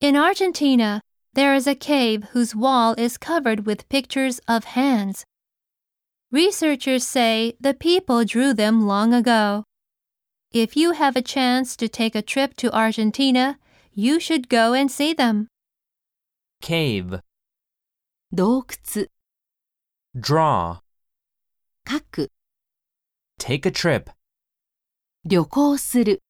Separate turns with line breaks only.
In Argentina, there is a cave whose wall is covered with pictures of hands. Researchers say the people drew them long ago. If you have a chance to take a trip to Argentina, you should go and see them.
cave,
洞窟、
draw,
書く、
take a trip.
旅行する。